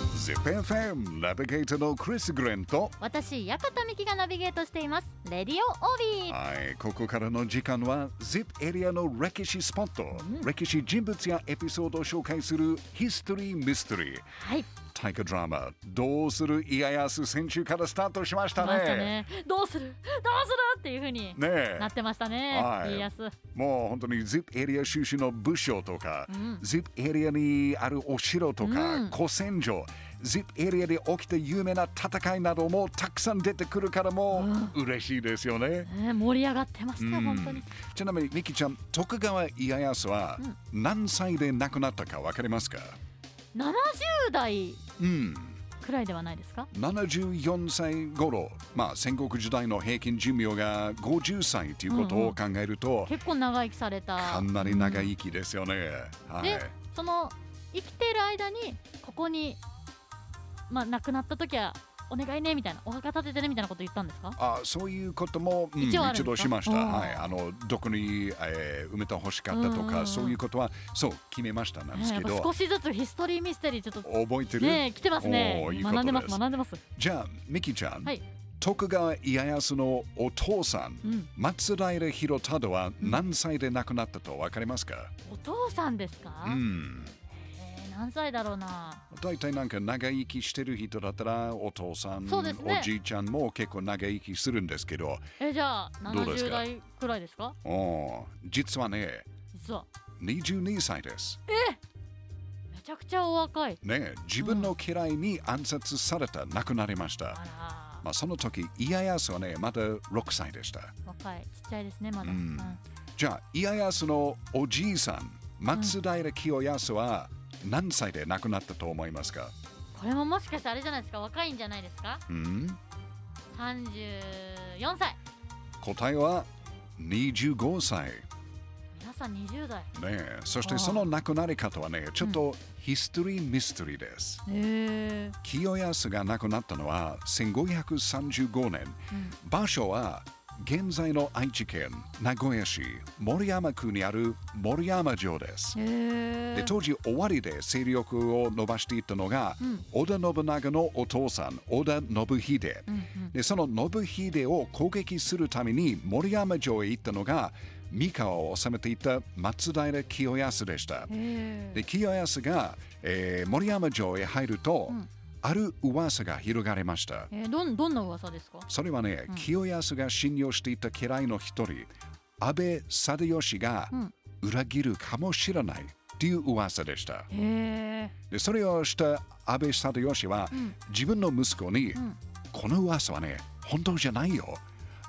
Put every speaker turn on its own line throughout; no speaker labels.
ZIPFM ナビゲーターのクリス・グレンと
私屋形美希がナビゲートしていますレディオオービー
はいここからの時間は ZIP エリアの歴史スポット、歴史人物やエピソードを紹介するヒストリー・ミステリー
はい
大河ドラマ「どうする家康」先週からスタートしました
来ました
ね。
ねどうするどうするっていう風に
ねえ
なってましたね
はい
家康
もう本当に ZIP エリア出身の武将とか、ZIP エリアにあるお城とか、
うん
古戦場 ZIP エリアで起きた有名な戦いなどもたくさん出てくるからもう嬉しいですよね。
ね盛り上がってましたよ本当に
ちなみにミキちゃん徳川家康は何歳で亡くなったか分かりますか
70代
うん
くらいではないですか
74歳頃、まあ、戦国時代の平均寿命が50歳ということを考えると、
結構長生きされた
かなり長生きですよね。はい、
でその生きている間にここにまあ亡くなった時はお願いねみたいなお墓建ててねみたいなこと言ったんですか
あそういうことも、うん
一応ある
一
んですか
度しました、
おー
はい、あのどこに、えー埋めてほしかったと
うんうんう
か
ん
そういうことはそう決めましたなんですけ
ねやっ
ど
ぱ少しずつヒストリーミステリーちょっと
覚えてる、
ね来てますね
おーいいこと
学んでます
です
学んでます
じゃあミキちゃん、
はい
徳川家康のお父さん、
うん
松平広忠は何歳で亡くなったと分かりますか、
お父さんですか、
うん、
えー何歳だろうな
大体なんか長生きしてる人だったらお父さん、
そうですね
おじいちゃんも結構長生きするんですけど
えじゃあ
どうです
70
か
代くらいですか
おー実はね
実は
22歳です。
めちゃくちゃお若い
ね自分の家来に暗殺された亡くなりました、
あ
まあ、その時家康はねまだ6歳でした
ら若いちっちゃいですねまだ、
う
うんん
じゃあ家康のおじいさん松平清康は何歳で亡くなったと思いますか、
これももしかしてあれじゃないですか若いんじゃないですか
うん、
34歳
答えは25歳
皆さん20代
ねえそし
あ
て
ー
その亡くなり方はねちょっとヒストリーミステリーです、
へえ
清康が亡くなったのは1535年、場所は現在の愛知県名古屋市森山区にある森山城です、
へ
で
え
当時終わりで勢力を伸ばしていったのが、織田信長のお父さん織田信秀、でその信秀を攻撃するために森山城へ行ったのが三河を治めていた松平清康でした、で清康が、えー森山城へ入ると、ある噂が広がりました
えー、どんどんな噂ですか
それはね、清康が信用していた家来の一人安倍貞義が裏切るかもしれないという噂でした、
へえ
でそれをした安倍貞義は、自分の息子に、この噂はね本当じゃないよ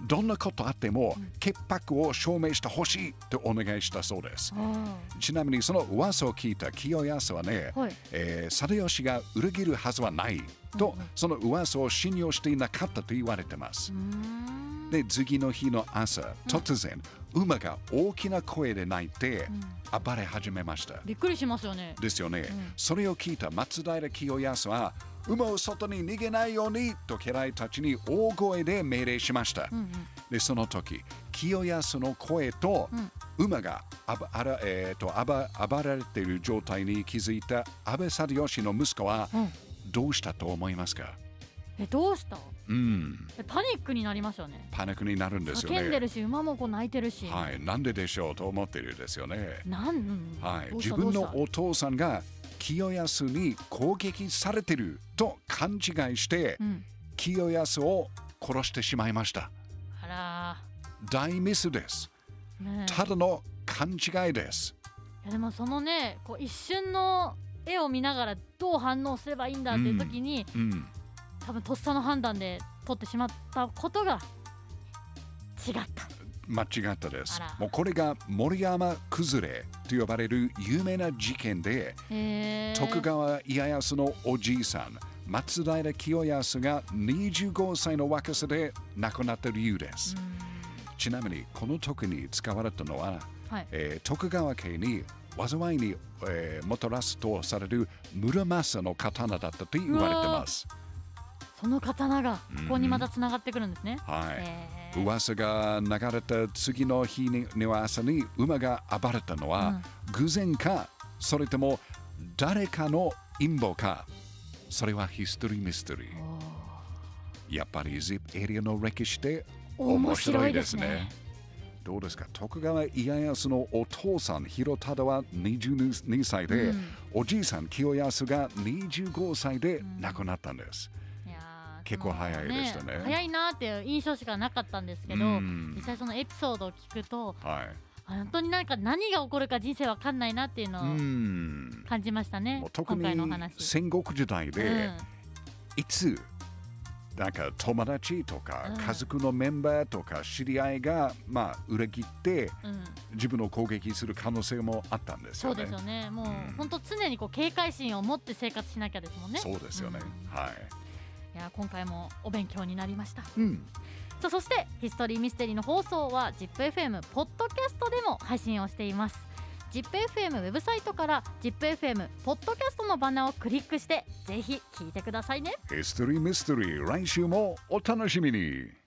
どんなことあっても、潔白を証明してほしいとお願いしたそうです、
あ
ちなみにその噂を聞いた清康はね、
はい
えー貞義が裏切るはずはないと、その噂を信用していなかったと言われてます。で次の日の朝突然、馬が大きな声で鳴いて、暴れ始めました
ー。びっくりしますよね
ですよね、それを聞いた松平清康は馬を外に逃げないようにと家来たちに大声で命令しました、でその時清康の声と、馬があばあら、えー、とあば暴られている状態に気づいた安倍貞義の息子は、どうしたと思いますか
えどうした
うん
えパニックになりますよね
パニックになるんですよ
叫んで
ね
るし馬もこう泣いてるし、
はいなんででしょうと思っているですよね
なん
はい、
どうし
自
た
分
どう
の
した
お父さんが清康に攻撃されてると勘違いして、
ん
清康を殺してしまいました
あ
大ミスです
らーねえ
ただの勘違いです、
いやでもそのねこう一瞬の絵を見ながらどう反応すればいいんだっていう時に、
うん、
多分とっさの判断で取ってしまったことが違った
間違ったです
あら
もうこれが森山崩れと呼ばれる有名な事件で
へえ
徳川家康のおじいさん松平清康が25歳の若さで亡くなった理由ですちなみにこの時に使われたのは、
はい
えー徳川家に災いに、えーもたらすとされる室正の刀だったと言われてます。
その刀がここにまたつながってくるんですね、
はい
へー
噂が流れた次の日にの朝に馬が暴れたのは、偶然かそれとも誰かの陰謀かそれはヒストリーミステリー。やっぱり ZIP エリアの歴史って
面白いですね。
どうですか徳川家康のお父さん広忠は22歳で、
うん
おじいさん清康が25歳で亡くなったんです。
いやー
結構早いでしたね
早いなーっていう印象しかなかったんですけど、
うん
実際そのエピソードを聞くと
はい。
あ本当になんか何が起こるか人生わかんないなっていうの
う
を
ん。
感じましたね、
もう特
今
に
回のお話。
戦国時代で、
うん
いつなんか友達とか
うん
家族のメンバーとか知り合いが、まあ、裏切って
うん
自分を攻撃する可能性もあったんです
そ
よ
う
ね。
ですよね、もう
うん
本当、常にこう警戒心を持って生活しなきゃですもんね。
そうですよね。
うん
はい。
いやー今回もお勉強になりました。
うん。
さあそしてヒストリーミステリーの放送は ZIPFM ポッドキャストでも配信をしています ZIPFM ウェブサイトから ZIPFM ポッドキャストのバナーをクリックしてぜひ聞いてくださいね
ヒストリーミステリー、来週もお楽しみに。